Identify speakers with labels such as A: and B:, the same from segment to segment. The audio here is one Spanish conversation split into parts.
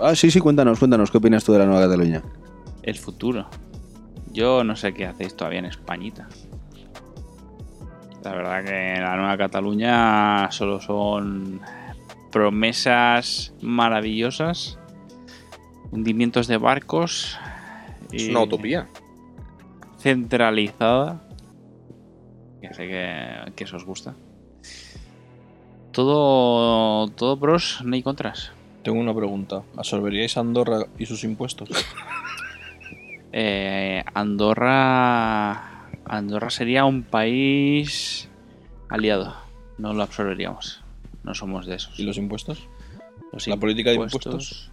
A: Ah, sí, sí, cuéntanos, cuéntanos, ¿qué opinas tú de la Nueva Cataluña?
B: El futuro. Yo no sé qué hacéis todavía en Españita. La verdad que en la Nueva Cataluña solo son promesas maravillosas, hundimientos de barcos.
C: Es una utopía.
B: Centralizada. Ya sé que, que eso os gusta. Todo, todo pros, no hay contras.
D: Tengo una pregunta. ¿Absorberíais Andorra y sus impuestos?
B: Eh, Andorra. Andorra sería un país aliado. No lo absorberíamos. No somos de esos.
D: ¿Y los impuestos?
B: Los
D: ¿La política de impuestos?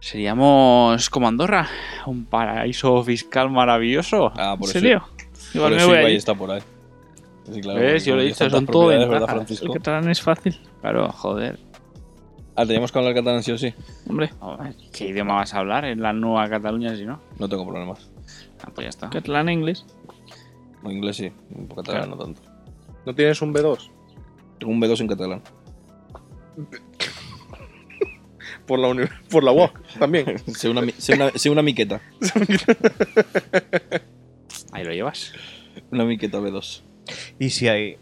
B: Seríamos como Andorra, un paraíso fiscal maravilloso.
D: Ah, por
B: ¿En
D: eso-
B: serio? Igual
D: Por
B: me
D: eso
B: voy
D: Ibai
B: allí.
D: está por ahí. Sí, claro,
B: ¿Ves?
D: porque
B: Yo lo he
D: hay
B: dicho,
D: tantas
B: son todo
D: propiedades, ¿verdad,
B: ventajas. El
D: Francisco?
B: catalán es fácil. Claro, joder.
D: Ah, teníamos que hablar catalán sí o sí.
E: Hombre,
B: Hombre, ¿Qué idioma vas a hablar en la nueva Cataluña si no?
D: No tengo problemas.
B: Ah, pues ya está.
E: catalán e inglés.
D: No, inglés sí, catalán no tanto.
C: ¿No tienes un B2?
D: Tengo un B2 en catalán.
C: Por la, uni- por la UOC también.
D: Sé una, mi- sé una- sé una miqueta.
B: Ahí lo llevas.
D: Una miqueta B2.
F: Y si hay.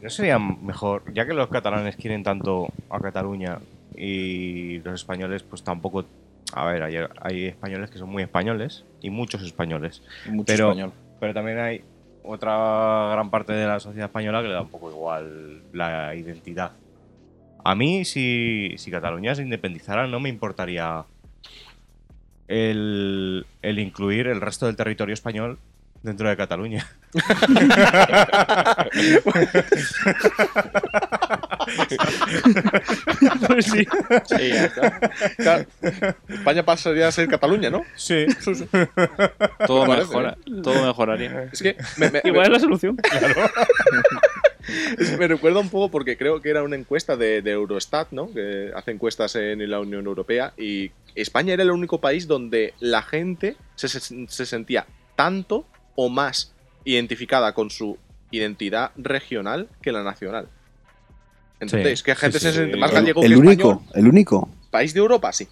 F: ¿No sería mejor, ya que los catalanes quieren tanto a Cataluña y los españoles, pues tampoco. A ver, hay, hay españoles que son muy españoles y muchos españoles,
D: Mucho
F: Pero-
D: español.
F: pero también hay otra gran parte de la sociedad española que le da un poco igual la identidad. A mí, si, si Cataluña se independizara, no me importaría el, el incluir el resto del territorio español dentro de Cataluña.
E: Pues sí.
C: Sí, ya está. Claro, España pasaría a ser Cataluña, ¿no?
F: Sí.
B: Todo,
C: Parece,
B: mejora, todo mejoraría.
C: Es que me, me-
E: Igual es la solución.
C: me- me recuerda un poco porque creo que era una encuesta de, de Eurostat, ¿no? Que hace encuestas en la Unión Europea y España era el único país donde la gente se, se- se sentía tanto o más identificada con su identidad regional que la nacional. ¿Entendéis?
F: Sí,
C: que gente
F: sí,
C: se
F: sí.
C: siente más
D: El-
C: gallego
A: el
C: que
A: único,
C: español.
A: el único.
C: País de Europa, sí.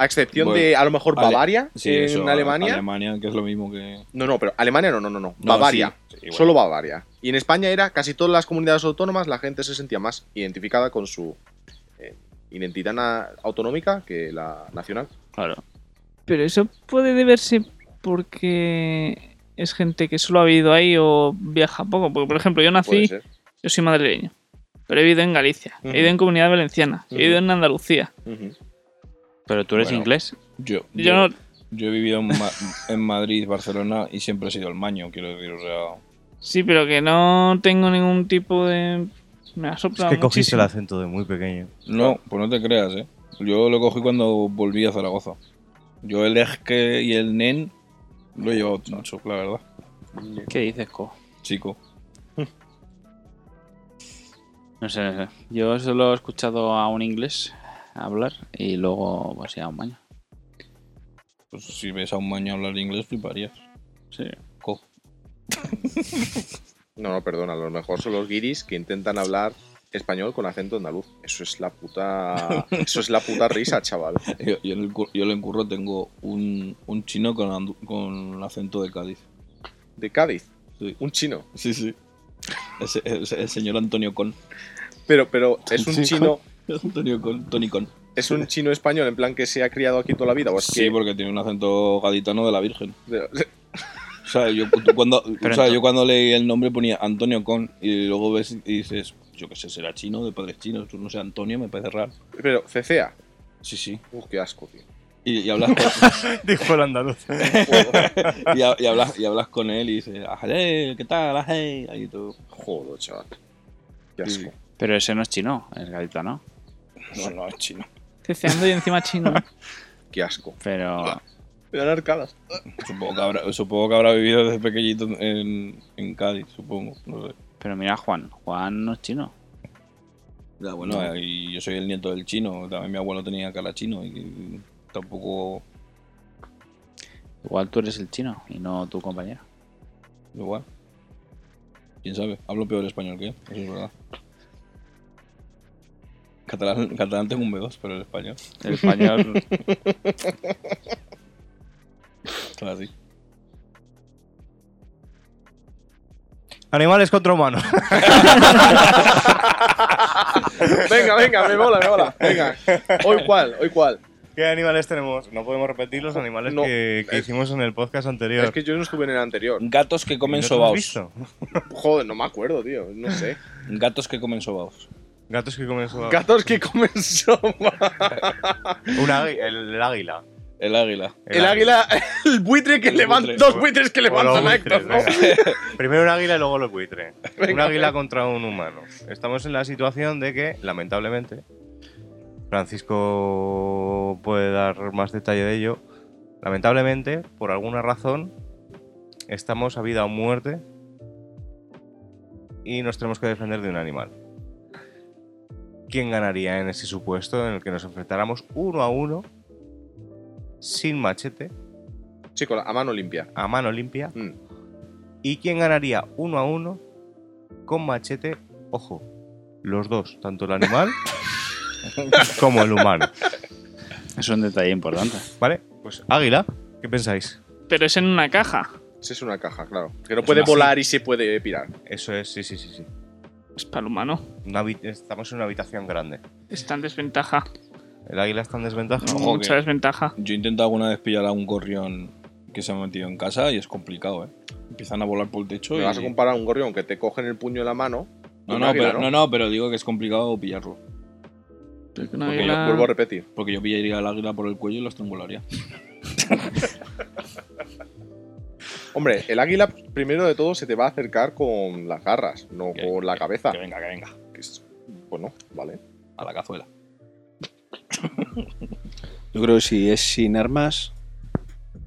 C: A excepción
D: Bueno,
C: de a lo mejor
D: Ale-
C: Bavaria
D: Sí,
C: en
D: eso,
C: Alemania.
D: Alemania, que es lo mismo que.
C: no, no, pero Alemania no, no, no, no.
D: No,
C: Bavaria.
D: sí, sí, igual.
C: Solo Bavaria. Y en España era casi todas las comunidades autónomas, la gente se sentía más identificada con su eh, identidad na- autonómica que la nacional.
B: Claro.
E: Pero eso puede deberse porque es gente que solo ha vivido ahí o viaja poco. Porque, por ejemplo, yo
C: Puede
E: nací,
C: ser.
E: yo soy madrileño. Pero he vivido en Galicia, he vivido en Comunidad Valenciana, he vivido en Andalucía.
C: Ujú.
B: Pero tú eres
D: Bueno.
B: inglés.
D: Yo,
E: Yo,
D: yo,
E: no.
D: yo he vivido en, Ma- en Madrid, Barcelona y siempre he sido el maño, quiero decir. O sea,
E: Sí, pero que no tengo ningún tipo de. Me ha
F: Es
E: soplado
F: que cogiste el
E: muchísimo.
F: acento de muy pequeño.
D: no, pues no te creas, ¿eh? Yo lo cogí cuando volví a Zaragoza. Yo el Ejke y el Nen lo he llevado mucho, la verdad.
B: ¿Qué dices, co?
D: Chico.
B: No sé, no sé. Yo solo he escuchado a un inglés hablar y luego, pues ya un baño.
D: Pues si ves a un maño hablar inglés, fliparías.
B: Sí.
D: Co.
C: No, no, perdona, a lo mejor son los guiris que intentan hablar español con acento andaluz. Eso es la puta. Eso es la puta risa, chaval.
D: Yo, yo en el, cur- yo en el curro tengo un, un chino con, andu- con acento de Cádiz.
C: De Cádiz.
D: Sí.
C: Un chino.
D: Sí, sí. Ese- ese- El, señor Antonio Con.
C: Pero, pero, ¿es un
D: Sí,
C: chino.
D: Antonio Con, Tony Con.
C: ¿Es un chino español en plan que se ha criado aquí toda la vida? ¿O es
D: Sí,
C: Pues que-
D: porque tiene un acento gaditano de la Virgen.
C: de-
D: O sea, yo cu- tú cuando, o sea,
B: ento-
D: yo cuando leí el nombre ponía Antonio Con y luego ves y dices, yo qué sé, será chino, de padres chinos, tú no sé, Antonio, me parece raro.
C: Pero, CCA.
D: Sí, sí.
C: Uf, qué asco, tío.
D: Y, y hablas,
F: Dijo el andaluz.
D: con, y, ha- y hablas, y hablas con él y dices, ajale, ¿qué tal? Ajale. Ahí tú.
C: Joder, chaval. Qué
D: Sí,
C: asco.
B: Pero ese no es chino, es gaditano.
D: No, no, es chino.
E: Ceceando y encima chino.
C: Qué asco.
B: Pero
C: Me dan arcadas.
D: Supongo que habrá, supongo que habrá vivido desde pequeñito en, en Cádiz, supongo. No sé.
B: pero mira a Juan, Juan no es chino.
D: Ya, bueno, eh, y yo soy el nieto del chino, también mi abuelo tenía cara chino y, y tampoco
B: Igual tú eres el chino y no tu compañero.
D: igual. ¿Quién sabe? Hablo peor español que él, eso es verdad. Catalán, catalán tengo un B2, pero el español.
B: El español.
D: Todo así.
F: Animales contra humanos.
C: Venga, venga, me mola, me mola. Venga. Hoy cuál, hoy cuál.
F: ¿Qué animales tenemos? No podemos repetir los animales
C: No.
F: que, que hicimos en el podcast anterior.
C: Es que yo no estuve en el anterior.
D: Gatos que
F: ¿No
D: comen
F: te has
D: sobaos.
F: visto?
C: Joder, no me acuerdo, tío. No sé.
D: Gatos que comen sobaos.
F: Gatos que comen sobaos.
C: Gatos que comen sopa.
F: Un águi- el, el águila.
D: El águila.
C: El águila, el buitre que
D: El
C: levanta.
D: buitre.
C: Dos buitres que
F: O los
C: levantan a Héctor, ¿no?
F: buitres, venga. Primero un águila y luego los buitres. un
C: Venga,
F: águila contra un humano. Estamos en la situación de que, lamentablemente, Francisco puede dar más detalle de ello. Lamentablemente, por alguna razón, estamos a vida o muerte y nos tenemos que defender de un animal. ¿Quién ganaría en ese supuesto en el que nos enfrentáramos uno a uno, sin machete,
C: Chico, a mano limpia.
F: a mano limpia.
C: Mm.
F: ¿Y quién ganaría uno a uno con machete? Ojo, los dos, tanto el animal como el humano.
B: es un detalle importante.
F: ¿Vale? Pues águila, ¿qué pensáis?
E: Pero es en una caja.
C: Si es una caja, claro. Que no
F: Es
C: puede
F: una-
C: volar y se puede pirar.
F: Eso es, sí, sí, sí. sí.
E: Es para el humano.
F: Una habi- estamos en una habitación grande.
E: Está en desventaja.
F: El águila está en desventaja.
D: Ojo
E: Mucha
D: que-
E: desventaja.
D: Yo he intentado alguna vez pillar a un gorrión que se ha metido en casa y es complicado, ¿eh? Empiezan a volar por el techo
C: Me
D: y...
C: vas a comparar un gorrión que te coge en el puño de la mano. y
D: no,
C: un
D: no,
C: águila,
D: pero, no, no, pero digo que es complicado pillarlo.
E: Porque una
D: Porque
E: águila-
C: Vuelvo a repetir.
D: Porque yo pillaría al águila por el cuello y lo estrangularía.
C: Hombre, el águila, primero de todo, se te va a acercar con las garras, no
D: Que-
C: con la cabeza.
D: Que venga, que venga.
C: que es- Bueno, vale.
D: A la cazuela.
A: Yo creo que si es sin armas,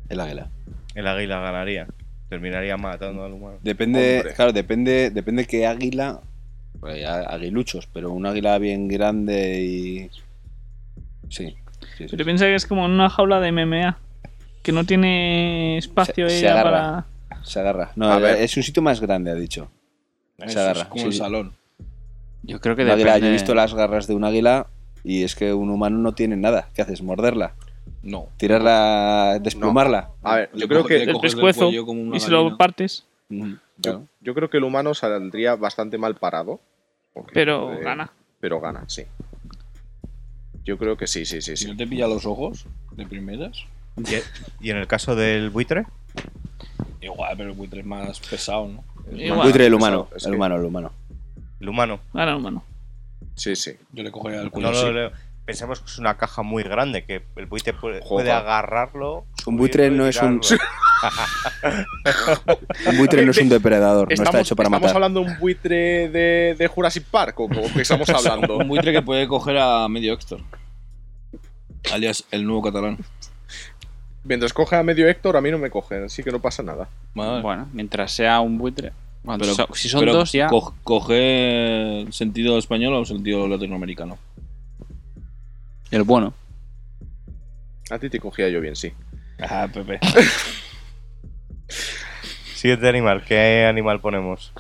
A: el águila.
F: El águila ganaría. Terminaría matando al humano.
A: Depende,
C: Hombre.
A: claro, depende, depende qué águila. porque Hay a- aguiluchos, pero un águila bien grande y. Sí. sí, sí,
E: Pero piensa que es como en una jaula de MMA. Que no tiene espacio
A: Se- se
E: ella
A: agarra.
E: para.
A: Se agarra. No, eh,
C: A ver.
A: es un sitio más grande, ha dicho.
D: Eso
A: agarra,
D: Es como
A: sí,
D: el
A: sí.
D: salón.
B: Yo creo que
A: Un águila, yo
B: depende.
A: he visto las garras de un águila y es que un humano no tiene nada. ¿Qué haces? ¿Morderla?
D: No.
A: ¿Tirarla? ¿Desplumarla?
C: A ver,
D: Le
C: yo creo
D: coge-
C: que
D: le
E: El
D: coges del
E: pescuezo
D: cuello como una
E: Y si lo
D: gallina.
E: partes,
A: Mm,
C: yo,
A: claro.
C: yo creo que el humano saldría bastante mal parado. porque,
E: pero
C: eh,
E: gana.
C: Pero gana, sí. Yo creo que sí, sí, sí,
D: Si
C: sí.
D: no te pilla los ojos de primeras,
F: ¿Y, y en el caso del buitre?
D: igual, pero el buitre es más pesado, ¿no?
E: Igual.
A: El buitre, el humano.
C: Eso, es
A: El
C: que-
A: humano, el humano.
F: El humano.
E: Gana el humano.
C: Sí, sí.
D: Yo le cogería el cuello.
F: No,
D: así.
F: lo leo. Pensemos que es una caja muy grande, que el buitre puede,
C: Joder.
F: puede agarrarlo.
A: Un buitre
F: subirlo y
A: no es un-
F: tirarlo.
A: Un buitre no es un depredador, no está hecho para
C: estamos
A: matar.
C: hablando de un buitre de, de Jurassic Park o, o que estamos hablando.
D: Un buitre que puede coger a medio Héctor. Alias el nuevo catalán.
C: Mientras coge a medio Héctor, a mí no me coge, así que no pasa nada.
D: Madre.
B: Bueno, mientras sea un buitre. Cuando
D: Pero-
B: so- si son
D: pero
B: dos ya.
D: co- ¿Coge sentido español o sentido latinoamericano?
B: El bueno.
C: A ti te cogía yo bien, sí.
D: Ah, Pepe.
F: Siguiente animal, ¿qué animal ponemos?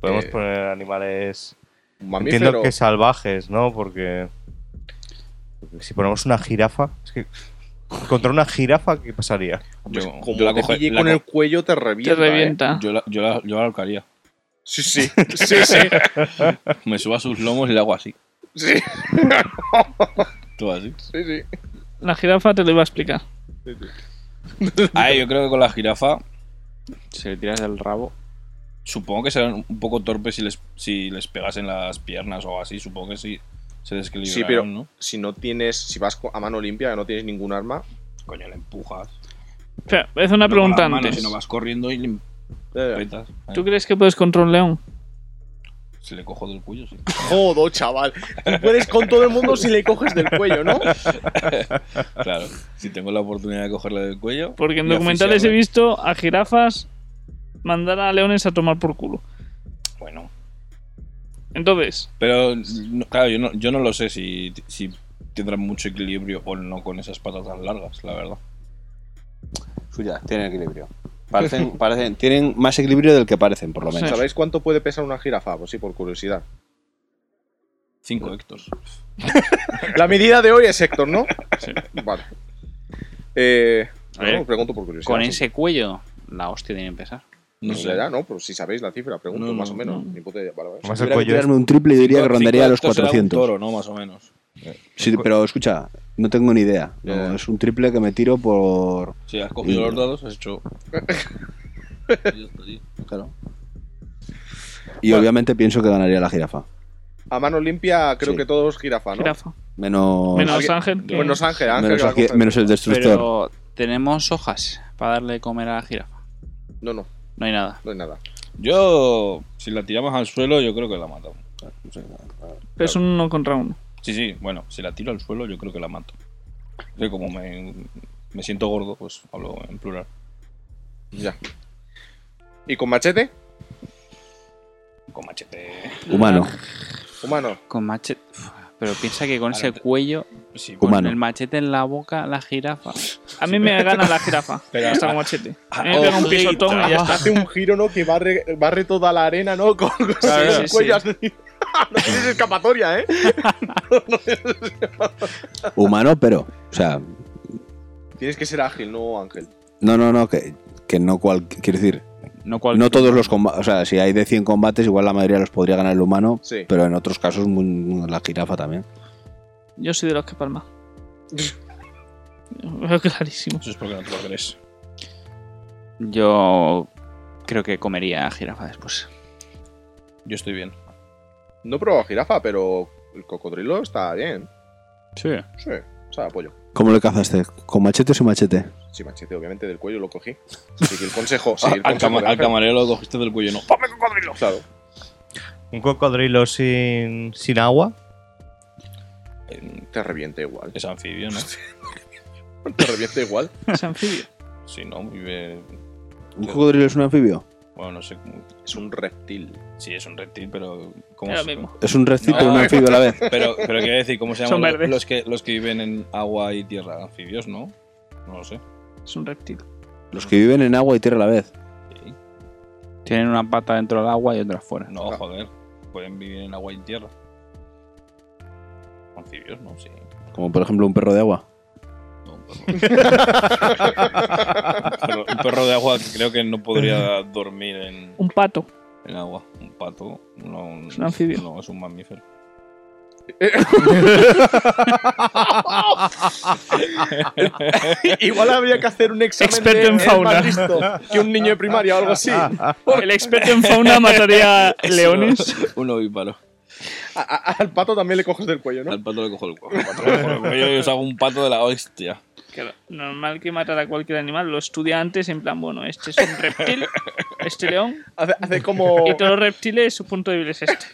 F: Podemos
C: Eh,
F: poner animales.
C: Un
F: Entiendo
C: mamífero.
F: que salvajes, ¿no? Porque. Si ponemos una jirafa. Es que. Contra una jirafa, ¿qué pasaría?
D: Yo,
C: Como
D: yo la
C: te
D: coge-
C: pille
D: la
C: con
D: co-
C: el cuello, te revienta.
E: Te revienta.
D: yo la, yo la- yo la ahorcaría.
C: ¿eh? Sí, sí. Sí, sí.
D: Me subo a sus lomos y le hago así.
C: Sí,
D: Todo así.
C: sí, sí.
E: La jirafa te lo iba a explicar.
D: Ah, yo creo que con la jirafa
B: Si le tiras del rabo.
D: Supongo que serán un poco torpes si les, si les pegas en las piernas o algo así. Supongo que sí se desequilibrarán,
C: Sí, pero-
D: ¿no?
C: Si no tienes, si vas co- a mano limpia, no tienes ningún arma.
D: Coño, le empujas.
E: Espera, voy a hacer una
D: No
E: pregunta
D: con las manos,
E: antes.
D: sino vas corriendo y le
C: Eh,
D: petas. Ahí.
E: ¿Tú crees que puedes contra un león?
D: Si le cojo del cuello, sí.
C: Jodo, chaval. Tú puedes con todo el mundo si le coges del cuello, ¿no?
D: Claro. si tengo la oportunidad de cogerle del cuello.
E: Porque en
D: y
E: documentales he
D: asfixiarle.
E: visto a jirafas mandar a leones a tomar por culo.
D: Bueno.
E: Entonces,
D: Pero, no- claro, yo no, yo no lo sé si, si tendrán mucho equilibrio o no con esas patas tan largas, la verdad.
A: Suya, tienen equilibrio. Parecen, parecen, tienen más equilibrio del que parecen, por lo menos.
E: Sí.
C: ¿Sabéis cuánto puede pesar una jirafa? Pues sí, por curiosidad.
D: 5 hectos.
C: La medida de hoy es Héctor, ¿no?
D: Sí.
C: Vale. Eh,
B: A ver,
C: no, pregunto por curiosidad.
B: Con
C: sí.
B: ese cuello, la hostia tiene que pesar.
D: No sé.
C: ¿Será? No, pero si sabéis la cifra, pregunto
D: No, no,
C: más o menos.
D: no.
C: Ni puta idea. Vale, vale.
F: Más
A: Si tuviera
F: el
A: que
F: cuello es-
A: tirarme un triple, yo diría que
D: Cinco
A: rondaría los
D: hectos será un
A: 400.
D: toro, ¿no? Más o menos.
A: Sí, pero escucha, no tengo ni idea. No,
C: Ya, ya.
A: Es un triple que me tiro por.
D: Si has cogido
A: Y-
D: los dados, has hecho. Y ya está, tío.
A: Claro. Y obviamente pienso que ganaría la jirafa.
C: A mano limpia, creo
A: Sí.
C: que todos jirafa, ¿no?
E: Jirafa.
A: Menos.
E: Menos
C: alguien-
E: Ángel. que-
C: Menos Ángel, Ángel.
A: menos
C: que va a
A: aquí-
C: coger-
A: menos el destructor.
B: Pero tenemos hojas para darle de comer a la jirafa.
C: No, no,
B: No hay nada.
C: no hay nada.
D: Yo, si la tiramos al suelo, yo creo que la matamos.
E: Pero es un uno contra uno.
D: Sí, sí, bueno, si la tiro al suelo, yo creo que la mato. Yo como me, me siento gordo, pues hablo en plural.
C: Ya. ¿Y con machete?
D: Con machete.
A: Humano.
C: Humano.
B: Con machete. Uf, Pero piensa que con ese cuello,
D: Sí,
B: con
A: Humano.
B: el machete en la boca, la jirafa.
E: A mí me gana la jirafa.
D: Pero-
E: Hasta con machete. A mí me pega un pisotón y ya está.
C: Hace un giro, ¿no? Que barre, barre toda la arena, ¿no? Con, con
B: Claro,
C: el
B: sí, sí.
C: cuello así. No tienes escapatoria, ¿eh?
A: Humano, pero. O sea,
C: Tienes que ser ágil, no Ángel.
A: no, no, no, que, que no cual. Quiero decir,
B: No, cual-
A: no todos los combates. O sea, si hay de 100 combates, igual la mayoría los podría ganar el humano.
C: Sí.
A: Pero en otros casos, muy- muy- la jirafa también.
E: Yo soy de los que palma. Lo veo clarísimo.
D: Eso es porque no te lo crees.
B: Yo creo que comería a jirafa después.
D: Yo estoy bien.
C: No he probado jirafa, pero el cocodrilo está bien.
B: Sí.
C: Sí, o sea, apoyo.
A: ¿Cómo le cazaste? ¿Con machete o sin machete?
C: Sí, machete, obviamente, del cuello lo cogí. Así que el consejo, sí, el
D: al,
C: consejo
D: cama-
C: de
D: al
C: Ángel.
D: camarero lo cogiste del cuello, no.
C: ¡Ponme cocodrilo! Claro.
F: Un cocodrilo sin, sin agua.
D: Eh,
C: Te revienta igual.
D: Es anfibio, ¿no?
C: Te revienta igual.
E: Es anfibio.
D: Sí, no, vive.
A: ¿Un
D: Sí.
A: cocodrilo es un anfibio?
D: Bueno, no sé. cómo-
C: Es un reptil.
D: Sí, es un reptil, pero. ¿cómo
E: Es lo
D: se-
E: mismo.
A: ¿Es un reptil
D: No.
A: o un anfibio a la vez?
D: Pero, pero quiero decir, ¿cómo se
E: Son
D: llaman los,
E: verdes.
D: los que, los que viven en agua y tierra? Anfibios, ¿no? No lo sé.
E: Es un reptil.
A: Los que viven en agua y tierra a la vez.
B: Tienen una pata dentro del agua y otra fuera.
D: No,
C: Ah.
D: joder. Pueden vivir en agua y en tierra. Anfibios, no, sí.
A: Como por ejemplo un perro de agua.
D: No, un, perro. Pero un perro de agua creo que no podría dormir en,
E: Un pato.
D: en agua. Un pato, no. un-
E: Es un anfibio.
D: No, es un mamífero.
C: igual habría que hacer un examen
E: Experto
C: de-
E: en
C: es
E: fauna.
C: más listo que un niño de primaria o algo así. A-
E: El experto en fauna mataría leones.
D: Un ovíparo.
C: a- al pato también le coges del cuello, ¿no?
D: Al pato le cojo el cuello. Al pato le cojo el cuello y os hago un pato de la hostia.
E: Claro, normal que matar a cualquier animal. Lo estudia antes en plan, bueno, este es un reptil, este león.
C: Hace, hace como
E: Y todos los reptiles, su punto débil es este.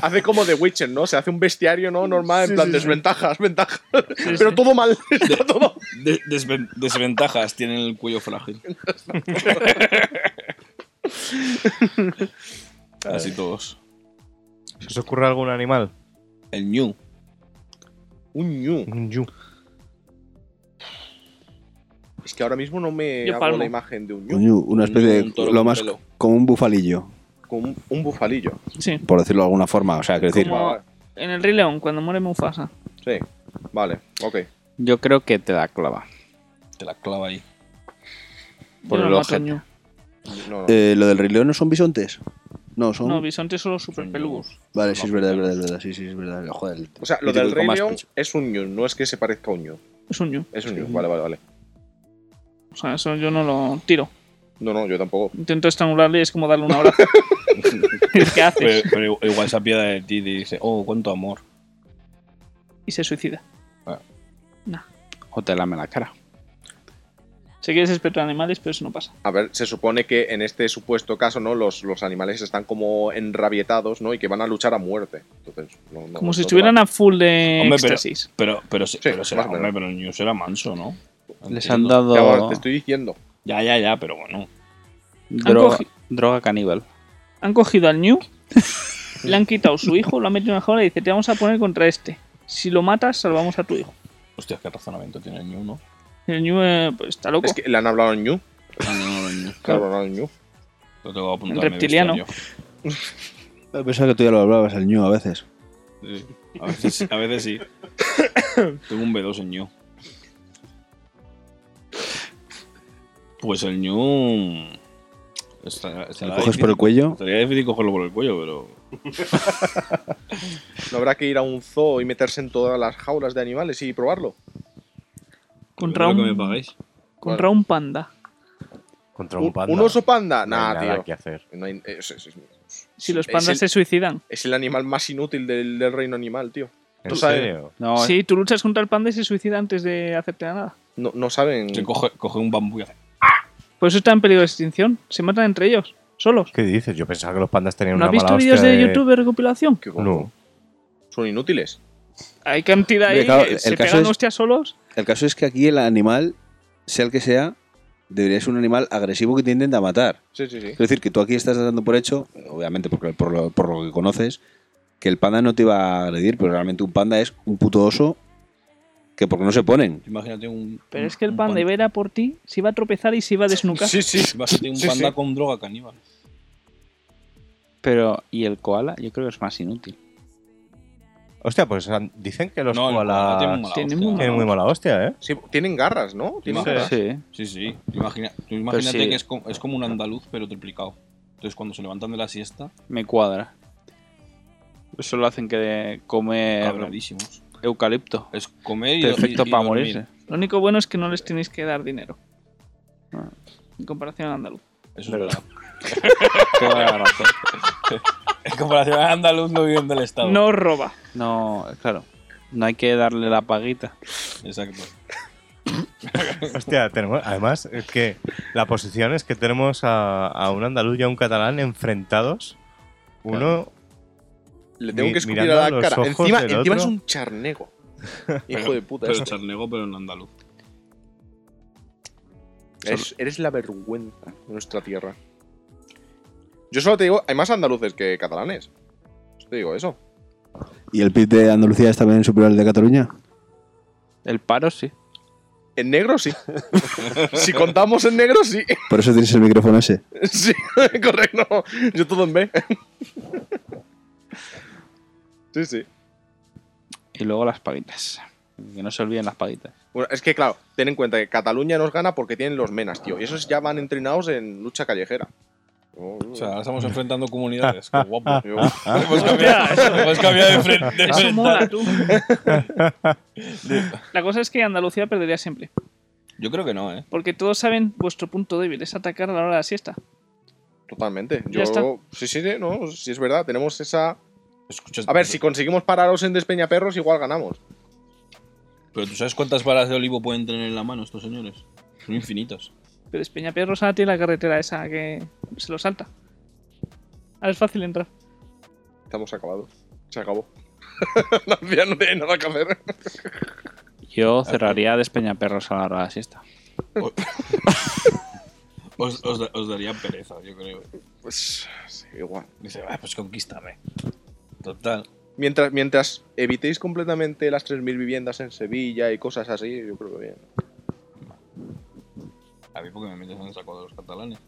C: hace como The Witcher, ¿no? Se hace un bestiario no normal, en plan desventajas, ventajas,
E: Sí,
C: pero
E: sí.
C: todo mal, está todo.
D: De- desven- desventajas tienen el cuello frágil. Así todos.
F: ¿Se os ocurre algún animal?
D: El ñu.
C: Un ñu.
F: Un yu.
C: Es que ahora mismo no me
E: Yo
C: hago
E: palmo.
C: la imagen de un ñu,
A: Coño, Una especie de.
D: Un toro
A: lo
D: con
A: más
D: pelo.
A: como un bufalillo,
C: con un, un bufalillo.
E: Sí.
A: por decirlo de alguna forma. O sea, quiero decir.
E: Como en el Rey León, cuando muere Mufasa.
C: Sí, vale, ok.
B: Yo creo que te da clava.
D: Te la clava ahí.
B: Por
E: yo
B: el
E: no mato
B: ojete.
E: ñu.
C: No, no.
A: Eh, ¿Lo del Rey León no son bisontes? No, son.
E: No, bisontes solo super peludos.
A: vale, sí, es verdad, es verdad, es verdad. Sí, sí, es verdad. Joder, el-
C: o sea, lo
A: mítico
C: del
A: y
C: Rey
A: con más
C: León
A: pecho.
C: es un ñu, no es que se parezca a un ñu.
E: Es un ñu.
C: Es un ñu, vale, vale, vale.
E: O sea, eso yo no lo tiro.
C: No, no, yo tampoco.
E: Intento estrangularle y es como darle un abrazo. ¿Qué haces?
D: Pero, pero igual se apiada de ti y dice, oh, cuánto amor.
E: Y se suicida.
B: O te lame la cara.
E: Sé que es experto en animales, pero eso no pasa.
C: A ver, se supone que en este supuesto caso, ¿no? Los, los animales están como enrabietados, ¿no? Y que van a luchar a muerte. Entonces, no, no-
E: Como si
C: no
E: estuvieran
C: te
E: a full de
D: Hombre, pero-
E: éxtasis.
D: Pero, pero, se-
C: Sí,
D: pero, será-
C: más o menos.
D: hombre, pero el ñu será manso, ¿no?
B: Les han
D: Entiendo.
C: van- Ya,
B: dado
C: Te estoy diciendo.
D: Ya, ya, ya, pero bueno.
B: droga,
E: cogi-
B: droga caníbal.
E: Han cogido al New, le han quitado su hijo, lo han metido en una jaula y dice, te vamos a poner contra este. Si lo matas, salvamos a tu hijo.
D: Hostia, qué razonamiento tiene el ñu, ¿no?
E: Y El New eh, pues, está loco.
C: Es que le han hablado en ñu.
D: Ah, no, no, el ñu.
C: Claro, le han hablado al ñu.
D: Lo tengo apuntado
E: El
D: en mi
E: reptiliano.
D: bestiario.
A: Pensaba que tú ya lo hablabas, el ñu a veces.
D: Sí, A veces, a veces sí. Tengo un B2 en ñu. Pues el ñu. Está,
A: ¿Te
D: está
A: lo coges por el cuello?
D: Sería difícil cogerlo por el cuello, pero.
C: ¿No habrá que ir a un zoo y meterse en todas las jaulas de animales y probarlo?
E: Contra
D: lo que me
E: un,
D: pagáis.
E: contra un panda.
F: Contra un panda.
C: ¿Un oso panda?
F: No hay
C: Nah,
F: nada
C: tío.
F: que hacer.
C: No hay- es, es- es-
E: Si los
C: es
E: pandas
C: el-
E: se suicidan.
C: es el animal más inútil del, del reino animal, tío.
F: ¿En
C: Tú sabes.
F: serio?
B: No, eh.
E: Sí, tú luchas contra el panda y se suicida antes de hacerte nada.
C: No, no saben.
D: Se coge, coge un bambú y hace.
E: Por eso está en peligro de extinción. Se matan entre ellos, solos.
F: ¿Qué dices? Yo pensaba que los pandas tenían
E: ¿No
F: una
E: has visto
F: mala
E: vídeos
F: hostia
E: de YouTube de recopilación?
C: que como-
F: No.
C: Son inútiles.
E: Hay cantidad
A: Hombre,
E: ahí
A: claro,
E: que
A: el
E: se
A: caso
E: pegan
A: es-
E: hostias solos.
A: El caso es que aquí el animal, sea el que sea, debería ser un animal agresivo que te intenta matar.
C: Sí, sí, sí.
A: Es decir, que tú aquí estás dando por hecho, obviamente porque, por, lo, por lo que conoces, que el panda no te iba a agredir, pero realmente un panda es un puto oso que porque no se ponen.
D: Imagínate un.
E: Pero
D: un-
E: es que el
D: un
E: panda iba a ir a por ti, se iba a tropezar y se iba a desnucar.
C: Sí, sí.
D: Imagínate un
C: Sí,
D: panda
C: sí.
D: con droga caníbal.
B: eh, pero ¿y el koala? Yo creo que es más inútil.
F: Hostia, pues han- dicen que los
D: No, el koala
F: koalas
D: tiene muy mala
E: tiene
D: hostia.
E: muy
F: tienen muy mala hostia, ¿eh?
C: Sí, tienen garras, ¿no? Tienen
D: Sí.
C: garras.
B: Sí.
D: Sí, sí. Imagina, tú imagínate
B: sí.
D: que es como, es como un andaluz, pero triplicado. Entonces, cuando se levantan de la siesta,
B: Me cuadra. Solo hacen que comer
D: cabreadísimos.
B: eucalipto.
D: Es comer y.
B: Perfecto
D: y- y
B: para
D: dormir.
B: morirse.
E: Lo único bueno es que no les tenéis que dar dinero.
B: Ah.
E: En comparación al andaluz.
D: Eso
B: Pero-
D: es verdad.
B: Toda la razón.
D: En comparación al andaluz, no viven del Estado.
E: No roba.
B: No, claro. No hay que darle la paguita.
D: Exacto.
F: Hostia, tenemos, además es que la posición es que tenemos a, a un andaluz y a un catalán enfrentados. Uno,
C: Le tengo
F: Mi-
C: que escupir
F: mirando
C: a
F: a
C: la
F: los
C: cara.
F: ojos
C: Encima,
F: del otro.
C: encima es un charnego. Hijo de puta.
D: Pero
C: este.
D: charnego, pero en andaluz.
C: Eres, eres la vergüenza de nuestra tierra. Yo solo te digo, hay más andaluces que catalanes. Solo Te digo eso.
A: ¿Y el PIB de Andalucía es también superior al de Cataluña?
B: El paro sí.
C: En negro sí. si contamos en negro sí.
A: Por eso tienes el micrófono ese.
C: sí, correcto. Yo todo en B. sí, sí.
B: Y luego las paguitas. Que no se olviden las paguitas.
C: Bueno, es que claro, ten en cuenta que Cataluña nos gana porque tienen los menas, tío. Y esos ya van entrenados en lucha callejera.
D: O sea, ahora estamos enfrentando comunidades. Qué guapo.
C: Yo-
D: Hemos cambiado, hemos cambiado de frente. de
E: Eso
D: frente.
E: mola, tú. La cosa es que Andalucía perdería siempre.
D: Yo creo que no, ¿eh?
E: Porque todos saben vuestro punto débil es atacar a la hora de la siesta.
C: Totalmente.
E: Ya
C: Yo,
E: está.
C: sí, sí, sí, no, sí es verdad. Tenemos esa.
D: Escuchas-
C: A ver, si conseguimos pararos en Despeñaperros, igual ganamos.
D: Pero tú sabes cuántas varas de olivo pueden tener en la mano estos señores. Son infinitas.
E: Pero Espeñapié Rosana tiene la carretera esa que se lo salta. Ahora es fácil entrar.
C: Estamos acabados. Se acabó. la vida no tiene nada que hacer.
B: Yo cerraría Despeñaperros a la hora de la siesta.
D: Os, os da- os daría pereza, yo creo.
C: Pues sí, igual.
D: Dice, "Ah, pues conquístame. Total.
C: Mientras, mientras evitéis completamente las 3.000 viviendas en Sevilla y cosas así, yo creo que bien.
D: A mí porque me metes en el saco de los catalanes.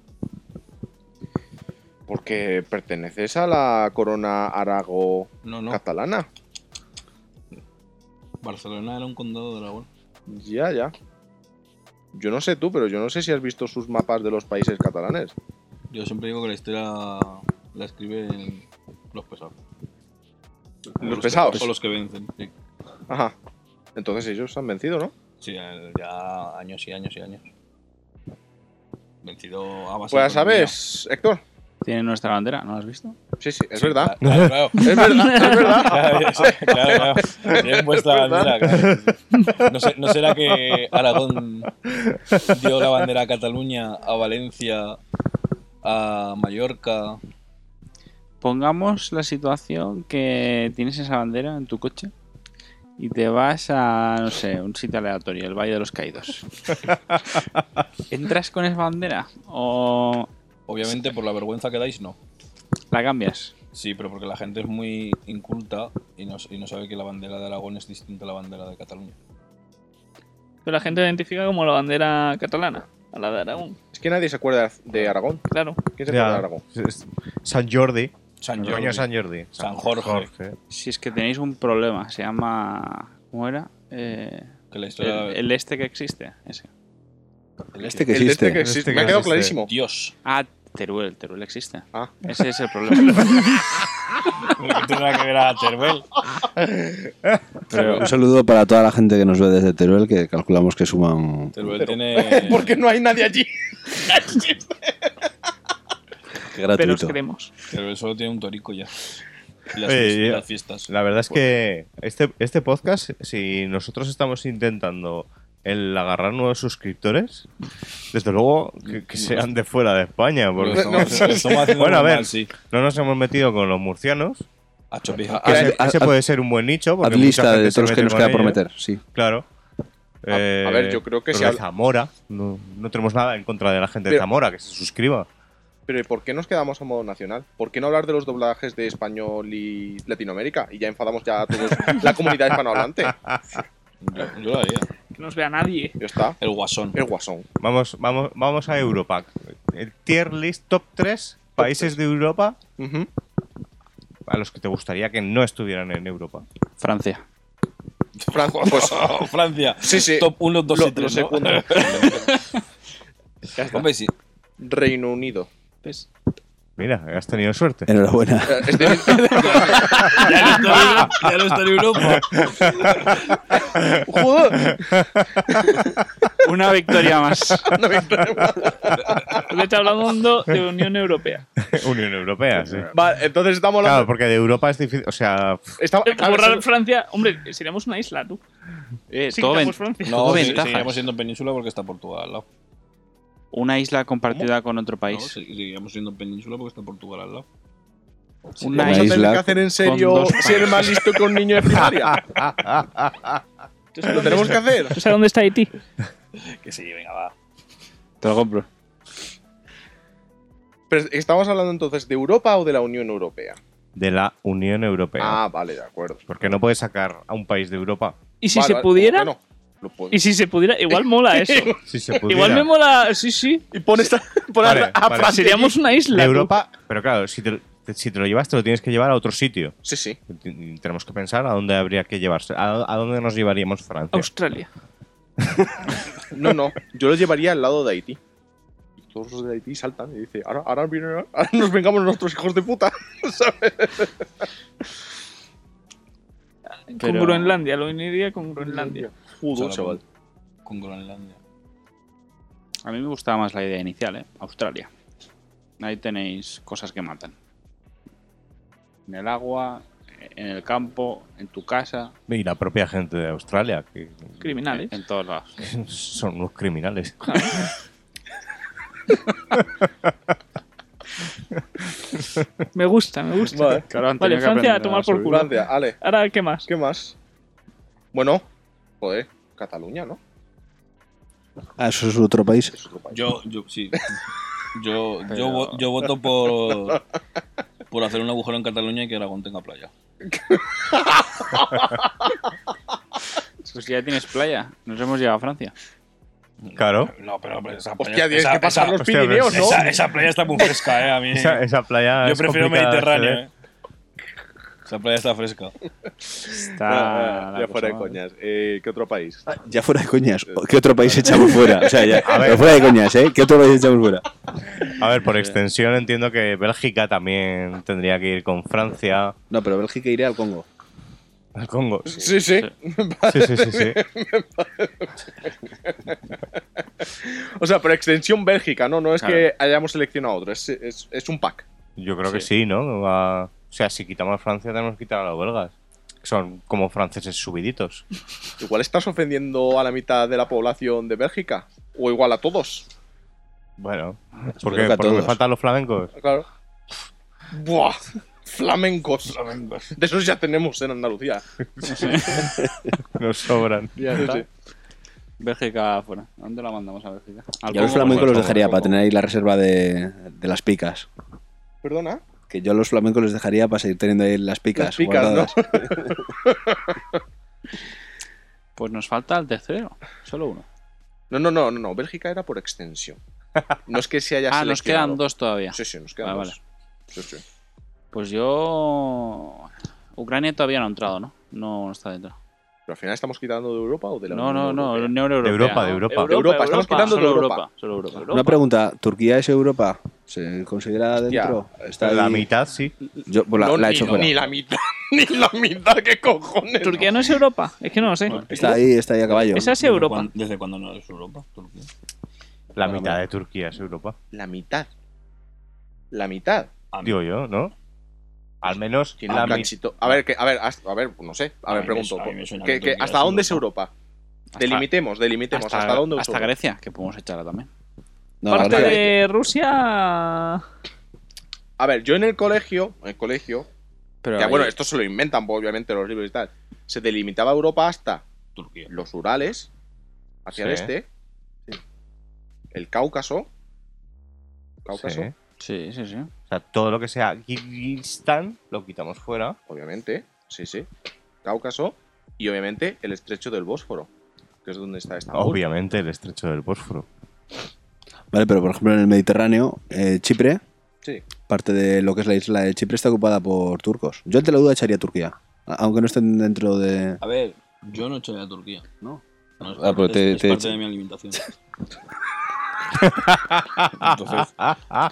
C: Porque perteneces a la corona Arago
D: No, no.
C: catalana.
D: Barcelona era un condado de Aragón.
C: Ya, ya. Yo no sé tú, pero yo no sé si has visto sus mapas de los países catalanes.
D: Yo siempre digo que la historia la escriben los pesados. O
C: Los
D: que-
C: pesados.
D: O los que vencen. Sí,
C: Ajá. Entonces ellos han vencido, ¿no?
D: Sí, eh, ya años y años y años. Vencido a base
C: Pues ya
D: de economía.
C: sabes, Héctor.
B: Tienen nuestra bandera, ¿no la has visto?
C: Sí, sí, es verdad.
D: Claro, claro.
C: Es verdad, es verdad.
D: Claro, claro, claro. Tienen puesta la bandera, claro. No, sé- no será que Aragón dio la bandera a Cataluña, a Valencia, a Mallorca?
B: Pongamos la situación que tienes esa bandera en tu coche y te vas a, no sé, un sitio aleatorio, el Valle de los Caídos. ¿Entras con esa bandera o
D: Obviamente, por la vergüenza que dais, no.
B: la cambias?
D: Sí, pero porque la gente es muy inculta y no, y no sabe que la bandera de Aragón es distinta a la bandera de Cataluña.
E: Pero la gente la identifica como la bandera catalana. A la de Aragón,
C: Es que nadie se acuerda de Aragón.
E: claro.
C: ¿Quién se
F: Ah. Ya,
C: acuerda de Aragón?
F: es- es San Jordi.
D: San
F: Coño,
D: Jordi.
F: San Jordi.
D: San Jorge.
B: Si es que tenéis un problema, se llama. ¿Cómo era? Eh,
D: Que la historia-
B: el, el este que existe. Ese.
A: El este que
C: El de este
A: existe.
F: Este
C: que existe.
F: que
C: Me ha quedado
F: existe.
C: clarísimo.
D: Dios.
B: Ah, Teruel, Teruel existe.
C: Ah.
B: Ese es el problema.
D: Lo que tendrá que ver a Teruel.
B: Pero-
A: Un saludo para toda la gente que nos ve desde Teruel, que calculamos que suman.
D: Teruel tiene.
C: Porque no hay nadie allí.
A: Qué
E: Pero os
A: gratuito.
E: queremos.
D: Teruel solo tiene un torico ya. Y las,
F: Oye,
D: y
F: yo-
D: las fiestas.
F: La verdad es que este, este podcast, si nosotros estamos intentando el agarrar nuevos suscriptores, desde luego que, que sean de fuera de España.
D: Lo
F: Porque
D: estamos- lo estamos haciendo
F: Bueno, a
D: muy
F: ver.
D: mal, sí.
F: no nos hemos metido con los murcianos.
D: A Chopija.
F: que
A: Haz-
F: ese,
A: haz-
F: ese puede ser un buen nicho.
A: Haz
F: Porque mucha
A: lista
F: gente
A: de
F: se
A: todos los que
F: mete
A: nos
F: con
A: queda por
F: ellos.
A: meter, sí.
F: Claro.
C: A- a
F: Eh,
C: ver, yo creo que
F: los
C: se
F: de
C: habla-
F: Zamora. No, no tenemos nada en contra de la gente de
C: Pero-
F: Zamora, que se suscriba.
C: Pero ¿y ¿por qué nos quedamos a modo nacional? ¿Por qué no hablar de los doblajes de español y Latinoamérica? Y ya enfadamos ya a todos la comunidad hispanohablante. Ya
D: Yo, yo lo haría.
E: Que no os vea nadie.
C: está.
D: El guasón.
C: El guasón.
F: Vamos, vamos, vamos a Europac. El tier list top 3 países de Europa
C: Ujú.
F: a los que te gustaría que no estuvieran en Europa.
B: Francia.
C: Fran- pues,
D: Oh, Francia.
C: Sí, sí.
D: Top 1, 2
C: Lo-
D: y 3.
C: lo segundo.
D: Hombre, sí.
C: Reino Unido.
E: Pues,
F: Mira, has tenido suerte.
A: Enhorabuena.
C: Eh, estoy-
D: Ya no está en- ya no está en Europa.
C: Joder.
B: Una victoria más.
C: No me creo.
E: está hablando de Unión Europea.
F: Unión Europea, sí.
C: Vale, entonces estamos
F: Claro,
C: hablando.
F: porque de Europa es difícil. O sea,
C: Estaba- a ver,
E: Borrar Francia, hombre, seríamos una isla, tú.
B: Eh,
E: Sí,
B: todo
E: quitamos
B: ven-
E: Francia.
D: No, sí,
B: ventajas.
D: seguimos siendo península porque está Portugal al lado.
B: Una isla compartida con otro
D: No,
B: país.
D: sí, seguimos siendo península porque está Portugal al lado.
B: Una
C: Vamos a tener
A: isla
C: que hacer en serio
B: con dos
C: ser más listo que un niño de primaria.
E: ¿Tú sabes
C: Lo
E: dónde-
C: tenemos que hacer.
E: ¿Tú sabes dónde está Haití?
D: Que sí, venga, va.
B: Te lo compro.
C: Pero estamos hablando entonces de Europa o de la Unión Europea.
F: de la Unión Europea.
C: Ah, vale, de acuerdo.
F: Porque no puedes sacar a un país de Europa.
E: ¿Y si
C: Vale,
E: se
C: vale.
E: pudiera?
C: Bueno, lo puedo.
E: Y si se pudiera, igual mola eso.
F: Si se
E: igual me mola, sí, sí.
C: Y pon esta. pon a-
F: Vale,
C: a
F: vale.
C: Francia.
E: Seríamos una isla.
F: De
E: tú.
F: Europa, pero claro, si te, lo- te- si te lo llevas, te lo tienes que llevar a otro sitio.
C: Sí, sí.
F: Y Tenemos que pensar a dónde habría que llevarse. A, a dónde nos llevaríamos Francia.
E: Australia.
C: No, no. Yo lo llevaría al lado de Haití. Y todos los de Haití saltan y dicen, ahora, ahora, vienen- ahora nos vengamos nuestros hijos de puta. ¿sabes?
E: Con
B: Pero-
E: Groenlandia, lo uniría con Groenlandia.
C: Joder,
D: Solo
C: chaval.
D: con- Con Groenlandia.
B: A mí me gustaba más la idea inicial, ¿eh? Australia. Ahí tenéis cosas que matan. En el agua, en el campo, en tu casa,
F: Y la propia gente de Australia, que
E: Criminales.
B: en todos lados.
F: son unos criminales.
E: Me gusta, me gusta.
C: Vale.
B: Claro, han
E: Vale,
B: tenido que
E: Francia a
B: aprender
E: tomar por
B: sobrevivir.
E: culo.
C: Francia, Ale.
E: Ahora, ¿qué más?
C: ¿Qué más? Bueno, joder, Cataluña, ¿no?
A: Ah, eso es otro país.
C: Es otro país.
D: Yo, yo, sí. Yo, yo,
B: Pero-
D: vo- yo voto por, por hacer un agujero en Cataluña y que Aragón tenga playa.
B: Pues ya tienes playa. Nos hemos llegado a Francia.
C: Ah,
F: Claro.
D: No, pero, pero esa playa.
C: Hostia, tienes
D: esa,
C: que pasar
D: esa-
C: los
F: hostia,
C: Pirineos,
F: pero
C: ¿no?
D: esa- esa playa está muy fresca, eh. A mí.
F: Esa, esa playa.
D: yo
F: es
D: prefiero
F: complicada de acceder.
D: Mediterráneo, eh. Esa playa está fresca.
B: Está.
C: Ah,
B: la
C: ya
B: cosa
C: fuera de
B: mal.
C: coñas. Eh, ¿Qué otro país?
A: Ya fuera de coñas.
C: Eh,
A: ¿Qué otro país echamos fuera? O sea, ya. pero fuera de coñas, ¿eh? ¿Qué otro país echamos fuera?
F: A ver, por extensión entiendo que Bélgica también tendría que ir con Francia
A: No, pero Bélgica iría al Congo.
F: al Congo. Sí,
C: Sí, sí.
F: sí, sí. sí, sí.
C: O sea, pero extensión Bélgica, ¿no? No es
B: Claro.
C: que hayamos seleccionado otro, es, es- es un pack.
F: Yo creo que
B: Sí.
F: sí, ¿no? Va- O sea, si quitamos Francia, tenemos que quitar a los belgas. que Son como franceses subiditos.
C: Igual estás ofendiendo a la mitad de la población de Bélgica. O igual a todos.
F: Bueno,
A: Espero
F: ¿por
A: que
F: qué?
A: a
F: ¿Porque me
A: todos.
F: faltan los flamencos?
C: Claro. Buah. Flamencos. De esos ya tenemos en Andalucía.
F: Nos sobran.
C: Sí, sí.
B: Bélgica fuera. ¿A ¿Dónde la mandamos a Bélgica? Al
A: Yo a los
B: Congo,
A: flamencos
B: pues,
A: los
B: al
A: dejaría
B: Congo.
A: para tener ahí la reserva de, de las picas.
C: Perdona.
A: Que yo a los flamencos les dejaría para seguir teniendo ahí las picas.
C: Las picas,
A: guardadas.
B: Pues nos falta el tercero. Solo uno.
C: No, no, no, no, no. Bélgica era por extensión. No es que se haya
B: Ah, nos
C: seleccionado.
B: quedan dos todavía.
C: Sí, sí, nos quedan
B: Ah,
C: dos.
B: vale.
C: Sí, sí.
B: Pues yo. Ucrania todavía no ha entrado, ¿no? No, no está dentro.
C: Pero al final estamos quitando de Europa o de la
B: No,
C: Unión
B: no, no,
C: Europea?
B: Unión Europea.
F: De Europa, de Europa.
C: De Europa, estamos quitando de
B: solo
C: Europa.
B: Solo Europa.
A: Una pregunta, ¿Turquía es Europa? ¿Se considera dentro? Está
F: La
A: ahí.
F: mitad sí.
A: Yo pues, la,
C: No,
A: la he
C: ni,
A: hecho fuera.
C: ni la mitad, ni la mitad, ¿qué cojones?
E: ¿Turquía no es Europa? Es que no lo sé.
A: Está ahí, está ahí a caballo.
E: Esa es
D: ¿Desde
E: Europa.
D: cuán- ¿Desde cuándo no es Europa? Turquía.
F: La
A: Bueno,
F: mitad
A: bueno.
F: de Turquía es Europa.
C: La mitad. La mitad.
D: A mí-
F: Digo yo, ¿no? Al menos
C: Tiene
F: la
C: un
F: mitad.
C: cachito. A ver, que, a ver, hasta- a ver, no sé. A,
D: A
C: ver,
D: mí me
C: pregunto.
D: su- a mí me suena
C: ¿qué-
D: que
C: qué-
D: Turquía
C: ¿Hasta
D: es
C: dónde es
D: Europa?
C: Europa? Delimitemos, delimitemos. ¿Hasta, dónde es
B: Hasta
C: Europa?
B: Grecia, que podemos echarla también.
A: No, la
E: Parte
A: verdad-
E: de Rusia.
C: A ver, yo en el colegio, en el colegio,
B: Pero
C: ya
B: ahí-
C: bueno, esto se lo inventan pues, obviamente los libros y tal. Se delimitaba Europa hasta
D: Turquía.
C: los Urales, hacia el
F: Sí.
C: este, el Cáucaso. Cáucaso,
F: Sí.
B: Sí, sí, sí.
F: O sea, todo lo que sea Kirguistán lo quitamos fuera.
C: obviamente. Sí, sí. Cáucaso. Y obviamente el estrecho del Bósforo, que es donde está esta.
F: Obviamente el estrecho del Bósforo.
A: Vale, pero por ejemplo en el Mediterráneo, eh, Chipre,
C: Sí.
A: parte de lo que es la isla de Chipre, está ocupada por turcos. Yo ante la duda echaría Turquía, a- aunque no estén dentro de...
D: A ver, yo no echaría a Turquía. No. No, es
A: Ah, pero
D: parte,
A: te-
D: es
A: te-
D: parte de mi alimentación. Entonces,
F: Ah,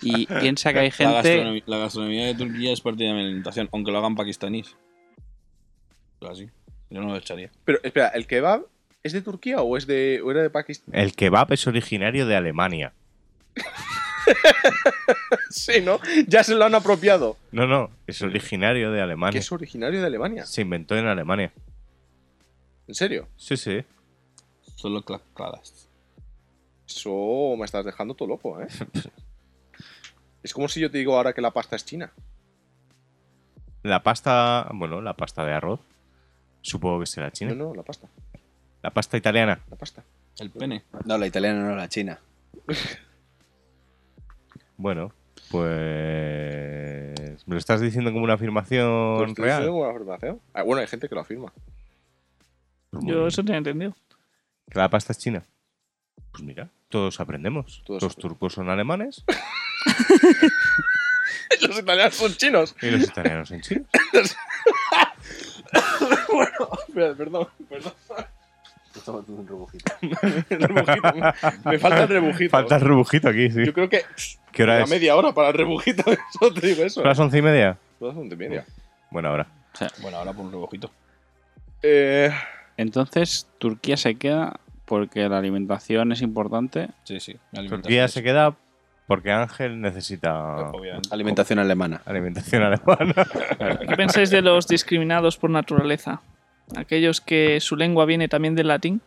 B: Y piensa que hay
D: la,
B: gente.
D: gastronomía, la gastronomía de Turquía es parte de mi alimentación, aunque lo hagan pakistaníes. Pero así. Yo no lo echaría.
C: Pero espera, ¿el kebab es de Turquía o es de, o era de Pakistán?
F: El kebab es originario de Alemania.
C: Sí, ¿no? Ya se lo han apropiado.
F: No, no, es originario de
C: Que
F: Alemania.
C: es originario de Alemania.
F: Se inventó en Alemania.
C: ¿En serio?
F: Sí, sí.
D: Solo claras.
C: Eso me estás dejando todo loco, ¿eh? es como si yo te digo ahora que la pasta es china.
F: La pasta, bueno, la pasta de arroz. Supongo que será
C: No,
F: china.
C: no, la pasta.
F: La pasta italiana.
C: La pasta.
D: El pene.
A: No, la italiana no, la china.
F: Bueno, pues... ¿Me lo estás diciendo como una afirmación
C: Pues, ¿eso es
F: real?
C: una afirmación? Ah, bueno, hay gente que lo afirma.
F: Pues muy
E: Yo
F: bien.
E: eso tenía entendido.
F: ¿Que la pasta es china? Pues mira, todos aprendemos.
C: Todos
F: los
C: aprendemos.
F: turcos son alemanes
C: Los italianos son chinos.
F: y los italianos son chinos.
C: bueno, espera, perdón, perdón.
A: un
C: El rebujito. Me falta el rebujito.
F: Falta el rebujito aquí, sí.
C: Yo creo que
F: ¿Qué hora
C: una
F: es?
C: media hora para el rebujito. Eso te digo eso.
F: ¿Son las once y media?
C: Todas son de media.
F: Bueno, ahora.
D: Bueno, ahora por un rebujito.
C: Eh,
B: Entonces, Turquía se queda porque la alimentación es importante.
D: Sí, sí. mi alimentación
F: Turquía
D: es-
F: se queda porque Ángel
C: Pues,
F: necesita
D: Obviamente.
A: Alimentación alemana.
F: alimentación alemana.
E: ¿Qué pensáis de los discriminados por naturaleza? Aquellos que su lengua viene también del latín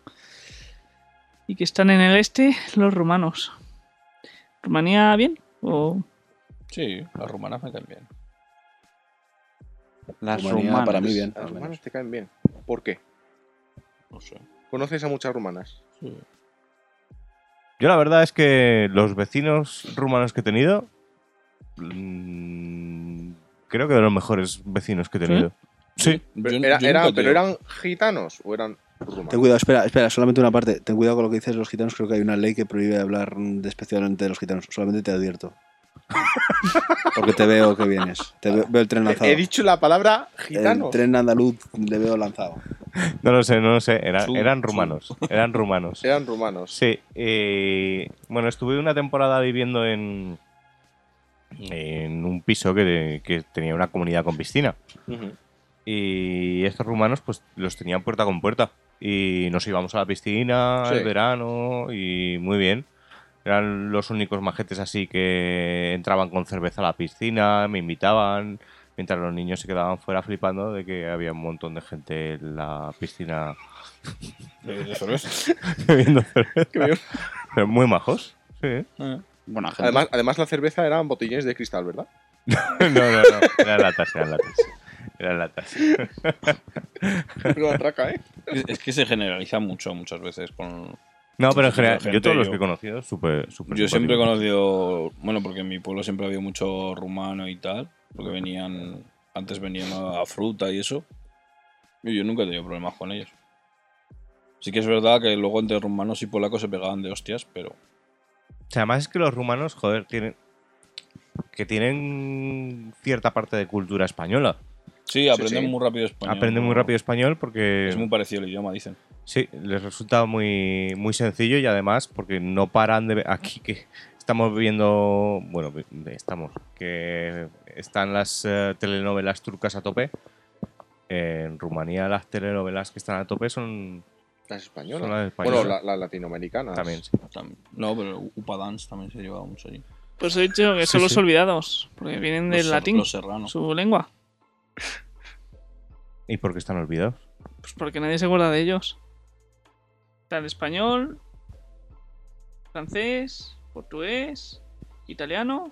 E: y que están en el este, los romanos. ¿Rumanía bien? ¿O
D: Sí, las rumanas me caen bien.
B: Las
A: Rumanía,
B: rumanas.
A: para mí bien.
C: las
A: al menos.
C: rumanas te caen bien. ¿Por qué?
D: No sé.
C: ¿Conoces a muchas rumanas?
D: Sí.
F: Yo la verdad es que los vecinos rumanos que he tenido, mm, creo que de los mejores vecinos que he tenido. Sí.
D: Yo-
C: Era-
D: yo
C: era-
D: nunca
C: ¿Pero
D: te-
C: eran gitanos o eran rumanos?
A: Ten cuidado, espera, espera, solamente una parte. Ten cuidado con lo que dices de los gitanos. Creo que hay una ley que prohíbe hablar despecialmente de los gitanos. Solamente te advierto. Porque te veo que vienes. Te veo, veo el tren lanzado.
C: He dicho la palabra
A: El
C: gitanos.
A: tren andaluz le veo lanzado.
F: No lo sé, no lo sé. Era-
D: Chu,
F: eran
D: chu.
F: rumanos. Eran rumanos.
C: Eran rumanos.
F: Sí. eh, bueno, estuve una temporada viviendo en, en un piso que, que tenía una comunidad con piscina.
C: Ujú.
F: Y estos rumanos, pues los tenían puerta con puerta. Y nos íbamos a la piscina
C: Sí.
F: el verano y muy bien. Eran los únicos majetes así que entraban con cerveza a la piscina, me invitaban, mientras los niños se quedaban fuera flipando de que había un montón de gente en la piscina bebiendo cerveza.
C: Qué bien.
F: Pero muy majos. Sí.
D: Eh,
B: Buena gente.
C: Además, además, la cerveza eran botellines de cristal, ¿verdad?
F: No, no, no. Eran latas, eran latas. Eran latas.
C: Una traca, ¿eh?
D: es- Es que se generaliza mucho muchas veces con,
F: No, pero en general,
D: Gente,
F: yo todos los
D: yo-
F: que he conocido, súper, súper.
D: Yo siempre he
F: simpáticos.
D: conocido, bueno, porque en mi pueblo siempre había mucho rumano y tal, porque venían, antes venían a fruta y eso, y yo nunca he tenido problemas con ellos. Sí que es verdad que luego entre rumanos y polacos se pegaban de hostias, pero
F: O sea, además es que los rumanos, joder, tienen. que tienen cierta parte de cultura española.
D: Sí, aprenden
C: sí.
D: muy rápido español.
F: Aprenden muy rápido español porque
D: Es muy parecido el idioma, dicen.
F: sí, les resulta muy, muy sencillo y además porque no paran de ver aquí que estamos viendo, bueno, vi- estamos, que están las eh, telenovelas turcas a tope. En Rumanía las telenovelas que están a tope son,
C: Las españolas.
F: son las españolas.
C: Bueno, las la latinoamericanas.
F: También, sí.
D: Tam- No, pero Upa Dance también se lleva mucho allí.
E: Pues he dicho que son los olvidados, porque vienen del
D: Los ser-
E: latín,
D: Los serranos.
E: su lengua.
F: ¿Y por qué están olvidados?
E: Pues porque nadie se acuerda de ellos. Está el español, francés, portugués, italiano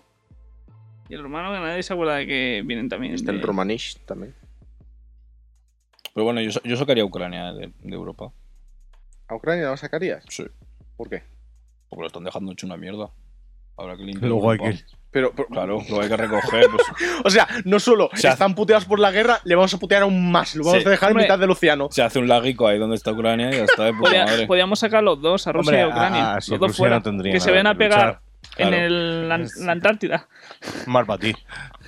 E: y el romano, que nadie se acuerda de que vienen también.
C: Está el
E: de-
C: romanish también.
D: Pero bueno, yo, sa- yo sacaría a Ucrania de, de Europa.
C: ¿A Ucrania la sacarías?
D: Sí.
C: ¿Por qué?
D: Porque lo están dejando hecho una mierda. Habrá que limpiar.
F: Luego hay
D: Europa.
F: que...
C: Pero, pero-
D: Claro, luego hay que recoger. Pues,
C: o sea, no solo
D: sea,
C: están puteados por la guerra, le vamos a putear aún más. Lo vamos
D: Sí,
C: a dejar
E: hombre.
C: en mitad del océano.
D: se hace un laguico ahí donde está Ucrania y ya está de puta
E: Podía-
D: madre.
E: podíamos sacar los dos, a Rusia y a
F: Hombre,
E: Ucrania.
F: ah, sí,
E: los dos
F: Rusia
E: fuera.
F: no tendría
E: que se
F: nada
E: ven a
F: que
E: pegar
F: luchar.
E: en
D: Claro.
E: el- la,
F: Es-
E: la Antártida.
F: Mal para ti.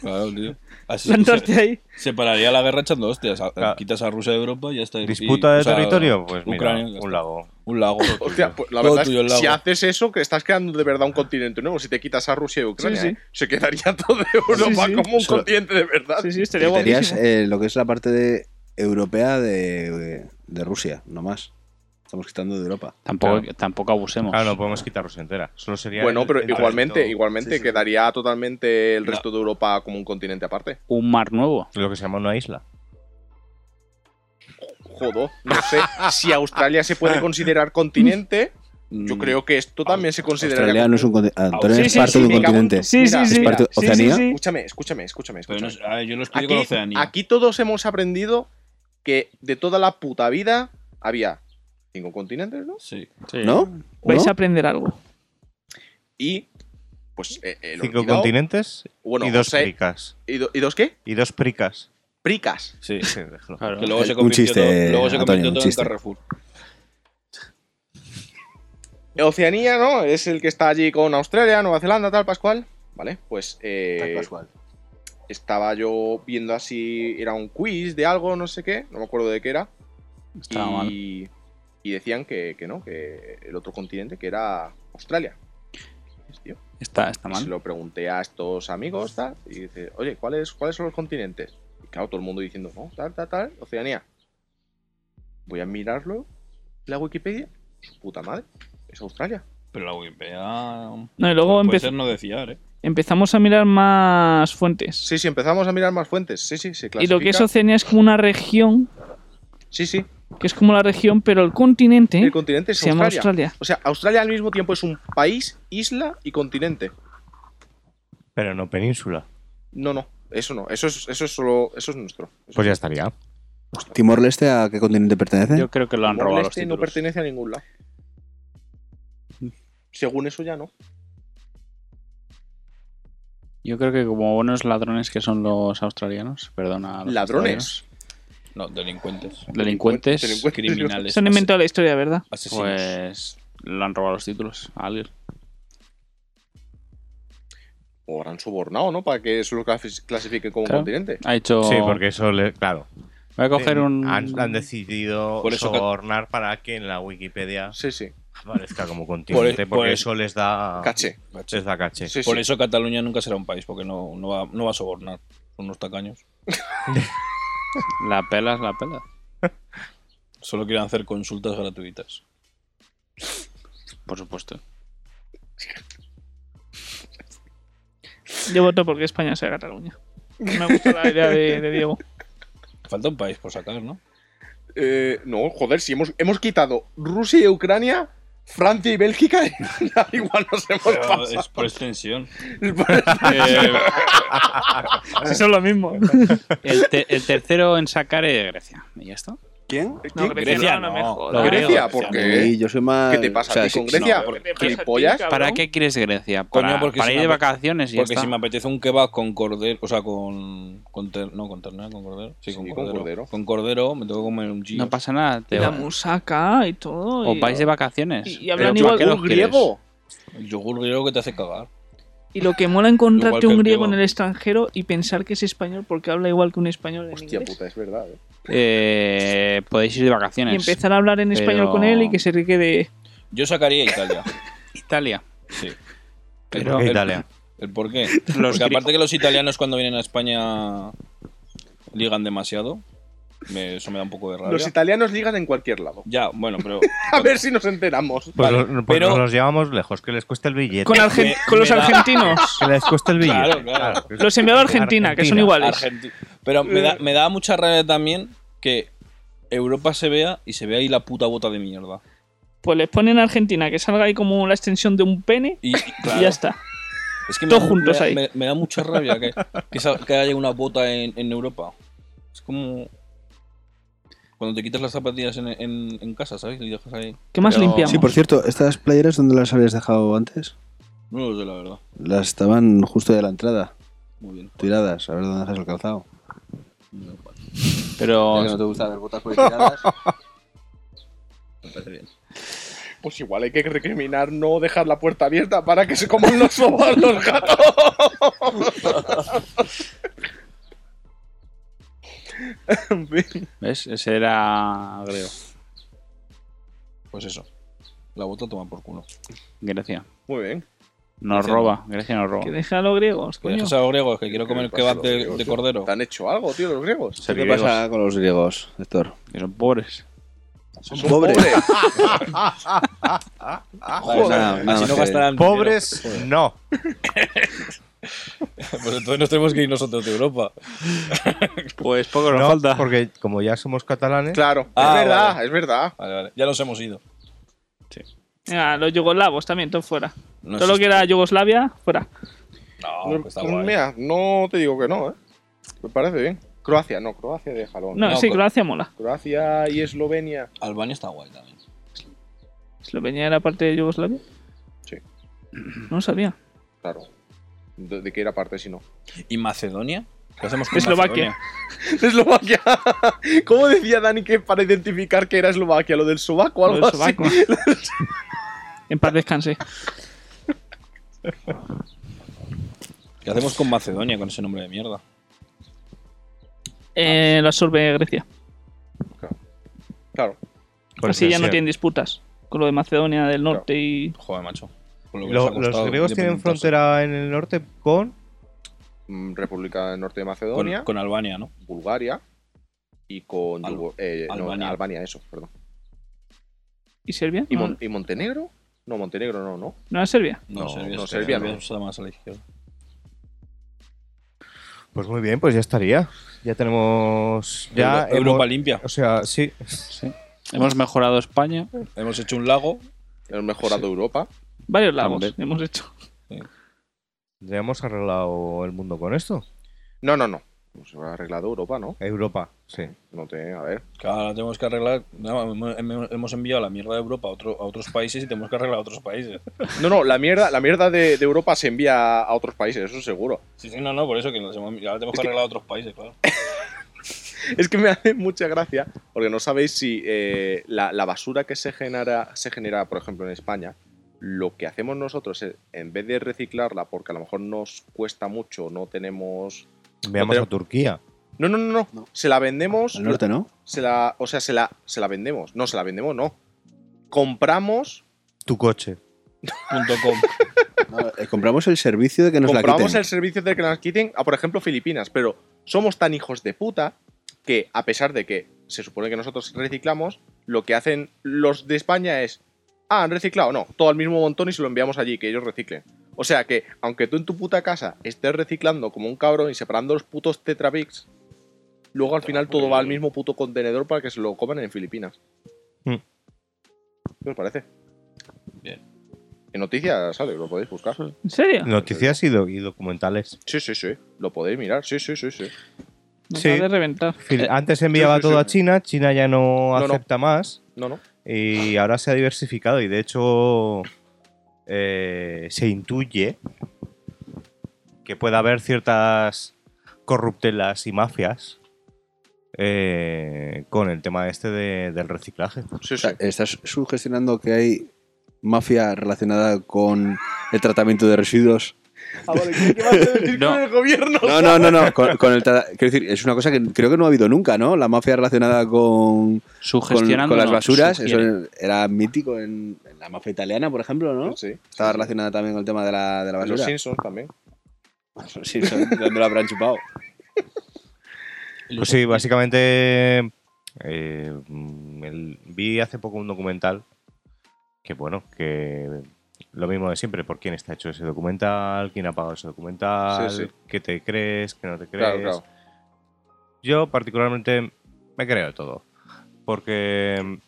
D: Claro, tío. Así
E: La
D: se,
E: Antártida ahí.
D: se pararía la guerra echando hostias. A-
F: Claro.
D: Quitas a Rusia de Europa y ya está. Y-
F: ¿Disputa
D: y-
F: de
D: o sea,
F: territorio? Pues mira,
D: Ucrania, ya está.
F: un lago.
D: Un lago.
C: Hostia, pues la
D: Todo
C: verdad
D: tuyo el
C: es que si
D: lago.
C: haces eso, que estás creando de verdad un continente nuevo. Si te quitas a Rusia y Ucrania,
E: Sí, sí.
C: ¿eh? se quedaría todo Europa
E: Sí, sí.
C: como un
A: Solo-
C: continente de verdad.
E: Sí, sí, estaría
A: Quitarías
E: guapísimo.
A: eh, lo que es la parte de- europea de, de Rusia, no más. Estamos quitando de Europa.
B: Tampoco,
F: Claro.
B: tampoco abusemos.
F: Claro, Ah, no podemos quitar Rusia entera. Solo sería.
C: Bueno,
F: el-
C: pero
F: el
C: igualmente,
F: trayecto-
C: igualmente
F: Sí, sí.
C: quedaría totalmente el
D: No.
C: resto de Europa como un continente aparte.
B: Un mar nuevo.
F: Lo que se llama una isla.
C: Jodo, no sé. si Australia se puede considerar continente, yo
A: Mm,
C: creo que esto también se consideraría.
A: Australia no es un continente. Antonio
E: Sí,
A: es
E: sí,
A: parte
E: sí,
A: de un
E: me cago en-
A: continente.
E: Sí, sí,
C: Mira,
E: sí.
A: es parte-
E: Sí, sí,
A: Oceanía.
E: sí.
C: Escúchame, escúchame, escúchame,
D: Pero
C: escúchame.
D: no es- a ver, yo lo explico con
C: Aquí,
D: Oceanía.
C: aquí todos hemos aprendido que de toda la puta vida había cinco continentes, ¿no?
D: Sí.
A: ¿No?
E: Vais
A: ¿No?
E: a aprender algo.
C: Y pues eh, el
F: Cinco
C: olvidado-
F: continentes
C: bueno,
F: y dos
C: o sea,
F: pricas.
C: ¿y, do- y dos qué?
F: Y dos pricas.
C: Pricas.
D: Sí.
F: Sí, déjalo.
B: Claro.
D: Que luego
A: El-
D: se
A: Eh, un
D: convirtió
A: chiste,
D: todo, luego se
A: Antonio,
D: convirtió
A: un
D: todo
A: chiste.
D: en Carrefour.
C: Oceanía, ¿no? Es el que está allí con Australia, Nueva Zelanda, tal, Pascual. Vale, pues eh, estaba yo viendo así, era un quiz de algo, no sé qué, no me acuerdo de qué era.
B: Estaba mal.
C: y, y decían que, que no, que el otro continente que era Australia. Pues, tío,
B: Está, está
C: y se
B: mal.
C: lo pregunté a estos amigos, tal, y dice, oye, ¿cuáles, ¿cuáles son los continentes? Y claro, todo el mundo diciendo, no, tal, tal, tal, Oceanía. Voy a mirarlo en la Wikipedia. Su puta madre, es Australia.
D: Pero la Wikipedia. um,
E: No, y luego
D: puede
E: empe-
D: ser no de fiar, ¿eh?
E: empezamos a mirar más fuentes.
C: Sí, sí, empezamos a mirar más fuentes. Sí, sí, se
E: y
C: clasifica.
E: lo que es Oceanía es como una región,
C: Sí, sí,
E: que es como la región, pero el continente
C: el continente es
E: se llama
C: Australia.
E: Australia.
C: O sea, Australia al mismo tiempo es un país, isla y continente.
F: Pero no península.
C: No, no, eso no. Eso es, eso es solo. Eso es nuestro. Eso
F: Pues ya
C: es-
F: estaría.
A: ¿Timor-Leste a qué continente pertenece?
B: Yo creo que lo han
C: Timor
B: robado los
C: Leste este no
B: títulos.
C: pertenece a ningún lado. Mm, Según eso ya no.
B: Yo creo que como buenos ladrones que son los australianos, perdona. a los
C: Ladrones.
D: No, delincuentes.
B: australianos, delincuentes,
E: Pues,
C: Delincuentes.
D: Criminales.
E: Se han inventado la historia, ¿verdad?
D: Asesinos.
B: pues lo han robado los títulos a alguien.
C: O habrán sobornado, ¿no? Para que eso lo clasi- clasifique como
B: Claro.
C: continente.
B: Ha hecho.
F: Sí, porque eso le. Claro.
B: Voy a coger un.
F: Han, han decidido
D: Por eso que-
F: sobornar para que en la Wikipedia
C: Sí, sí.
F: aparezca como continente.
D: Por e- por
F: porque
D: eso-
F: eso les da.
C: Caché.
F: Les da caché.
C: Sí,
D: Por
E: Pues-
C: sí.
D: eso Cataluña nunca será un país, porque no, no, va, no va a sobornar. Son unos tacaños.
B: La pelas, la pelas.
D: Solo quieren hacer consultas gratuitas.
B: Por supuesto.
E: Yo voto porque España sea Cataluña. Me gusta la idea de, de Diego.
D: Falta un país por sacar, ¿no?
C: Eh, no, joder, si hemos, hemos quitado Rusia y Ucrania, Francia y Bélgica, igual nos
E: Pues
C: hemos
D: Pero
C: pasado.
D: es por extensión. Eh,
E: Si son lo mismo.
B: El, te- el tercero en sacar es Grecia. ¿Y ya está?
A: ¿Quién?
E: No,
C: ¿Qué-
E: Grecia
D: Grecia
E: no, no
D: no.
E: me jodas.
B: No,
C: Grecia,
D: Grecia,
C: ¿por
D: no.
C: qué?
A: yo soy más.
C: ¿Qué te
A: Ah,
C: pasa
A: o sea,
C: a ti
A: sí-
C: con Grecia?
D: no,
E: ¿Qué te pasa a ti,
C: ¿Gilipollas?
E: cabrón?
B: ¿Para qué quieres Grecia?
D: Coño,
B: Para,
D: porque
B: para
D: si
B: ir
D: me
B: de
D: ape-
B: vacaciones y ya
D: Porque
B: Pues está.
D: si me apetece un kebab con cordero, o sea, con. con ter- no, con ternera, con cordero. Sí, con,
C: Sí, con
D: cordero.
C: cordero.
D: Con cordero me tengo que comer un giro.
B: No pasa nada. te
E: Y la
B: va-
E: musaca y todo.
B: Os
E: y-
B: vais de vacaciones.
E: Y, y
B: Pero
E: hablan
B: tú, ¿a
E: igual.
B: qué los
C: griego.
D: El yogur griego que te hace cagar.
E: Y lo que mola encontrarte
D: que
E: un
D: el
E: griego en
D: griego.
E: el extranjero y pensar que es español porque habla igual que un español en
C: Hostia
E: inglés.
C: puta, es verdad. eh.
B: Eh, podéis ir de
E: Y
B: vacaciones.
E: empezar a hablar en español
B: Pero-
E: con él y que se quede...
D: Yo sacaría Italia.
B: Italia.
D: Sí.
B: Pero-
D: el-
F: Italia.
D: ¿El por qué?
B: Los
D: Porque
B: gri-
D: aparte que los italianos cuando vienen a España ligan demasiado. me- eso me da un poco de rabia.
C: Los italianos ligan en cualquier lado.
D: ya, bueno, pero...
C: A ver si nos enteramos.
F: Pues,
D: Vale,
F: lo- pues
D: pero-
F: nos los llevamos lejos, que les cuesta el billete.
E: Con, Argen-
D: Me-
E: con los
D: me da-
E: argentinos.
F: Que les cuesta el billete.
D: Claro, claro.
E: Los enviado a Argentina, que son iguales.
D: Argenti- Pero me da, me da mucha rabia también que Europa se vea y se vea ahí la puta bota de mierda.
E: Pues les ponen a Argentina, que salga ahí como la extensión de un pene
D: Y, y claro,
E: y ya está.
D: Es que
E: Todos
D: da-
E: juntos
D: da-
E: ahí.
D: Me, me da mucha rabia que, que, sa- que haya una bota en, en Europa. Es como... Cuando te quitas las zapatillas en, en- en casa, ¿sabes? Y dejas ahí...
E: ¿Qué más
B: Pero-
E: limpiamos?
B: Sí,
A: Sí, por cierto, ¿estas playeras dónde las habías dejado antes?
D: No lo sé, la verdad.
A: Las estaban justo de la entrada,
D: Muy bien.
A: tiradas, a ver dónde has el calzado.
B: Pero
A: te gusta ver botas por ahí tiradas.
D: Me parece bien.
C: Pues igual hay que recriminar no dejar la puerta abierta para que se coman los sobas los gatos. En fin.
B: ¿Ves? Ese era Greo.
D: Pues eso. La bota toma por culo.
B: Grecia.
C: Muy bien.
B: Nos
D: Grecia.
B: roba. Grecia nos roba.
E: Que deja a los griegos,
D: Que
E: coño.
D: dejes a los griegos, que quiero comer el
C: ¿Qué le pasa a
D: kebab
C: los
D: de,
C: griegos,
D: de
C: tío?
D: cordero.
C: ¿Te han hecho algo, tío, los griegos?
A: ¿Qué
B: Griegos,
A: pasa con los griegos, Héctor?
B: Que son pobres.
C: Son
A: pobres.
D: Joder,
A: Pues nada, nada
D: así
A: más
D: no
A: que-
D: gastarán dinero.
F: Pobres,
D: Joder.
F: no.
D: Pues entonces nos tenemos que ir nosotros de Europa.
B: Pues poco
F: No, porque como ya somos catalanes,
C: Claro,
D: Ah,
C: es verdad,
D: vale.
C: es verdad.
D: Vale, vale. Ya nos hemos ido.
E: Venga, Ah, los yugoslavos también, todo fuera.
D: No
E: todo lo que era Yugoslavia, fuera.
D: No, que está
C: Pues
D: guay.
C: mira, no te digo que no, ¿eh? Me parece bien. Croacia, no, Croacia de jalón.
E: No,
D: No,
E: sí,
D: pero-
E: Croacia mola.
C: Croacia y Eslovenia.
D: Albania está guay también.
E: ¿Eslovenia era parte de Yugoslavia?
C: Sí.
E: No sabía.
C: Claro. ¿De, de qué era parte si no?
D: ¿Y Macedonia? ¿Qué hacemos con
E: Eslovaquia.
D: Macedonia?
C: Eslovaquia. ¿Cómo decía Dani que para identificar que era Eslovaquia? ¿Lo del sobaco o
E: Lo
C: algo
E: del
C: así?
E: sobaco. En paz descanse.
D: ¿Qué hacemos con Macedonia con ese nombre de mierda?
E: Eh, lo absorbe Grecia.
C: Claro.
F: por
E: Así ya no
F: extensión.
E: tienen disputas con lo de Macedonia del Norte y.
D: Joder, macho. Con lo que
F: Lo-
D: les ha
F: los
D: costado
F: griegos tienen
D: independitarse.
F: frontera en el norte con.
C: Mm, República del Norte de
D: con,
C: Macedonia,
D: con Albania, ¿no?
C: Bulgaria y con
D: Al-
C: Yugo- eh, no, Albania. Ah.
D: Albania.
C: eso, perdón.
E: ¿Y Serbia?
C: ¿Y,
E: No,
C: Mon- y Montenegro? No, Montenegro no, no.
E: no es Serbia.
D: No,
F: No,
D: Serbia,
C: no,
D: es-
C: Serbia no.
D: está más a la izquierda.
F: Pues muy bien, pues ya estaría. Ya tenemos. Ya
D: Euro- Europa
F: hemos-
D: limpia.
F: O sea, sí.
B: Hemos mejorado España.
D: Hemos hecho un lago.
C: Hemos mejorado Europa.
E: Varios lagos
B: Hombre.
E: hemos hecho.
F: Ya hemos arreglado el mundo con esto.
C: No, no, no. Se ha arreglado Europa, ¿no?
F: Europa, sí.
C: No te, a ver.
D: Que ahora tenemos que arreglar. no, hemos- hemos enviado la mierda de Europa a, otro- a otros países y tenemos que arreglar a otros países.
C: No, no, la mierda, la mierda de, de Europa se envía a otros países, eso seguro.
D: Sí, sí, no, no, por eso que nos hemos- ahora tenemos que arreglar a otros países, claro.
C: Es que me hace mucha gracia, porque no sabéis si eh, la, la basura que se genera, se genera, por ejemplo, en España, lo que hacemos nosotros es, en vez de reciclarla, porque a lo mejor nos cuesta mucho, no tenemos...
F: Veamos
C: Pero-
F: a Turquía.
C: No, no, no, no. Se la vendemos...
A: Al norte, ¿no?
C: Se la, o sea, se la, se la vendemos. No, se la vendemos, no. Compramos,
F: Tu coche.
D: Punto com.
A: eh, compramos el servicio de que nos la
C: compramos
A: quiten.
C: el servicio de que las quiten a, por ejemplo, Filipinas, pero somos tan hijos de puta que, a pesar de que se supone que nosotros reciclamos, lo que hacen los de España es, ah, han reciclado, no, todo al mismo montón y se lo enviamos allí, que ellos reciclen. O sea que, aunque tú en tu puta casa estés reciclando como un cabrón y separando los putos tetrabics, luego al final todo va al mismo puto contenedor para que se lo coman en Filipinas.
F: Mm.
C: ¿Qué os parece?
D: Bien.
C: En noticias sale, lo podéis buscar.
E: ¿En serio?
F: Noticias y, do- y documentales.
C: Sí, sí, sí. Lo podéis mirar. Sí, sí, sí, sí.
E: Me
F: Sí.
E: acaba de reventar.
F: Fil- Antes enviaba
C: sí, sí,
F: todo
C: sí.
F: a China, China ya no,
C: No, no.
F: acepta más
C: No, no.
F: y ahora se ha diversificado y de hecho eh, se intuye que pueda haber ciertas corruptelas y mafias eh, con el tema este de- del reciclaje.
C: Sí,
A: O
C: sí.
A: sea, ¿Estás sugestionando que hay mafia relacionada con el tratamiento de residuos?
C: Ah, vale, ¿qué, qué vas a decir
B: No.
C: con el gobierno?
A: No, no, no, no. Con, con el tra- quiero decir, es una cosa que creo que no ha habido nunca, ¿no? La mafia relacionada con, con,
B: Sugestionando.
A: con las
B: no,
A: basuras. Eso
B: sugiere.
A: era mítico en, en la mafia italiana, por ejemplo, ¿no?
C: Sí.
A: Estaba relacionada también con el tema de la, de la
C: Los
A: basura.
C: Simpsons también.
A: Sí, son- ¿dónde lo habrán chupado?
F: Pues sí, básicamente eh, mm, el- vi hace poco un documental que bueno, que lo mismo de siempre, por quién está hecho ese documental, quién ha pagado ese documental,
C: Sí, sí.
F: qué te crees, qué no te crees.
C: Claro, claro.
F: Yo particularmente me creo todo, porque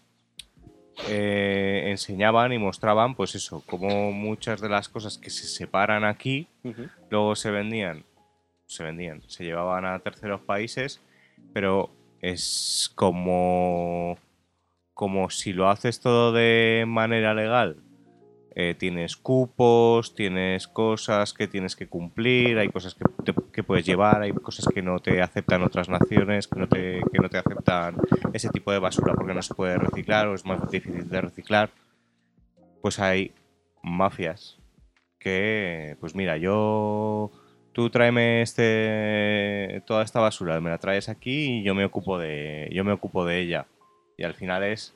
F: eh, enseñaban y mostraban pues eso, como muchas de las cosas que se separan aquí
C: Ujú.
F: luego se vendían, se vendían, se llevaban a terceros países, pero es como, como si lo haces todo de manera legal. Eh, tienes cupos, tienes cosas que tienes que cumplir, hay cosas que, te- que puedes llevar, hay cosas que no te aceptan otras naciones, que no, te, que no te aceptan ese tipo de basura porque no se puede reciclar o es más difícil de reciclar. Pues hay mafias que, pues mira, yo, tú tráeme este, toda esta basura, me la traes aquí y yo me ocupo de, yo me ocupo de ella. Y al final es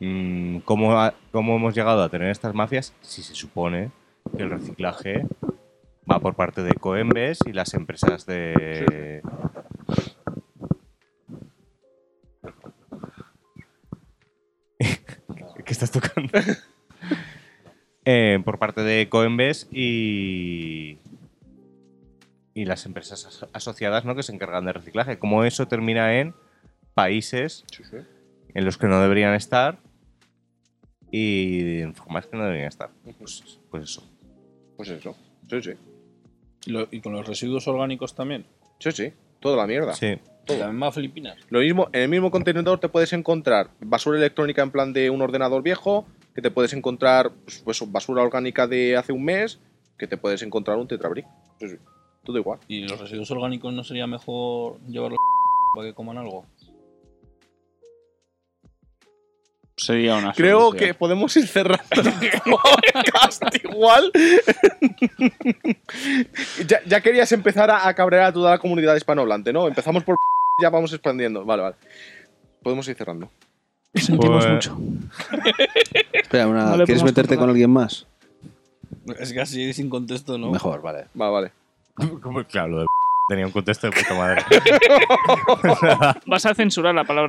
F: mm, ¿cómo, ha- cómo hemos llegado a tener estas mafias si se supone que el reciclaje va por parte de Coembes y las empresas de... ¿Qué estás tocando? Eh, por parte de Coembes y, y las empresas aso- asociadas ¿no? que se encargan de reciclaje. Como eso termina en países
C: Sí, sí.
F: en los que no deberían estar y en formas que no deberían estar. Pues, pues eso.
C: Pues eso. Sí, sí.
D: Lo- y con los residuos orgánicos también.
C: Sí, sí. Toda la mierda.
F: Sí.
D: La misma Filipinas.
C: Lo mismo, en el mismo contenedor te puedes encontrar basura electrónica en plan de un ordenador viejo, que te puedes encontrar pues, pues, basura orgánica de hace un mes, que te puedes encontrar un tetrabric. Sí, sí. Todo igual.
D: ¿Y los residuos orgánicos no sería mejor llevarlos para que coman algo?
B: Sería una
C: Creo
B: solución.
C: que podemos ir cerrando el podcast igual. ya, ya querías empezar a, a cabrear a toda la comunidad hispanohablante, ¿no? Empezamos por ya vamos expandiendo. Vale, vale. Podemos ir cerrando.
E: Lo sentimos
F: Pues-
E: mucho.
A: Espera, una-
E: No le
A: ¿quieres
E: pongas
A: meterte
E: contra-
A: con alguien más?
D: Es que así sin contexto, ¿no?
A: Mejor, vale.
C: Vale, vale.
F: Como- Claro, lo de tenía un contexto de puta madre.
E: Vas a censurar la palabra